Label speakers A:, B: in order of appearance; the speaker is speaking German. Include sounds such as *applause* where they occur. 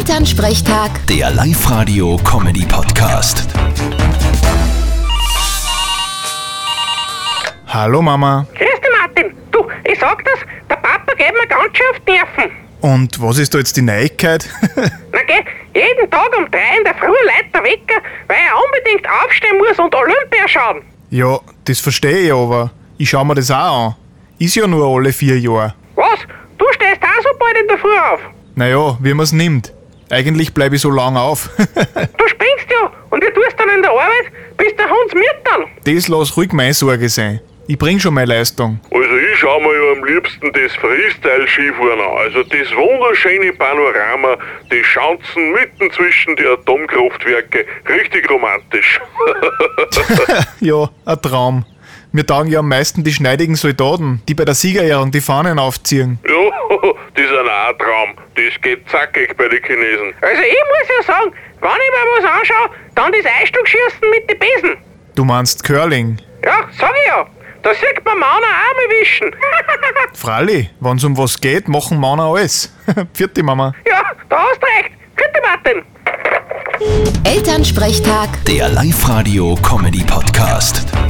A: Elternsprechtag,
B: Der Live-Radio-Comedy-Podcast.
C: Hallo Mama.
D: Grüß dich, Martin. Du, ich sag das, der Papa geht mir ganz schön auf die Nerven.
C: Und was ist da jetzt die Neuigkeit? *laughs*
D: Na geh, jeden Tag um drei in der Früh leitet der Wecker, weil er unbedingt aufstehen muss und Olympia schauen.
C: ja, das verstehe ich aber. Ich schau mir das auch an. Ist ja nur alle vier Jahre.
D: Was? Du stehst auch so bald in der Früh auf.
C: Naja, wie man's nimmt. Eigentlich bleibe ich so lang auf. *laughs*
D: Du springst ja und ich tust dann in der Arbeit, bis der Hund miert dann.
C: das lass ruhig meine Sorge sein. Ich bring schon meine Leistung.
E: Also ich schau mir ja am liebsten das Freestyle-Skifahren an. Also das wunderschöne Panorama, die Schanzen mitten zwischen die Atomkraftwerke. Richtig romantisch. *laughs*
C: Ja, ein Traum. Mir taugen ja am meisten die schneidigen Soldaten, die bei der Siegerehrung die Fahnen aufziehen.
E: ja, das ist ein auch ein Traum. Das geht zackig bei den Chinesen.
D: Also ich muss ja sagen, wenn ich mir was anschaue, dann das Eisstockschießen mit den Besen.
C: Du meinst Curling?
D: Ja, sag ich ja. Da sieht man Männer Arme wischen. *laughs*
C: Fralli, wenn's um was geht, machen Männer alles. *laughs* Vierte Mama.
D: ja, da hast du recht. Grüß dich, Martin.
A: Elternsprechtag.
B: Der Live-Radio-Comedy-Podcast.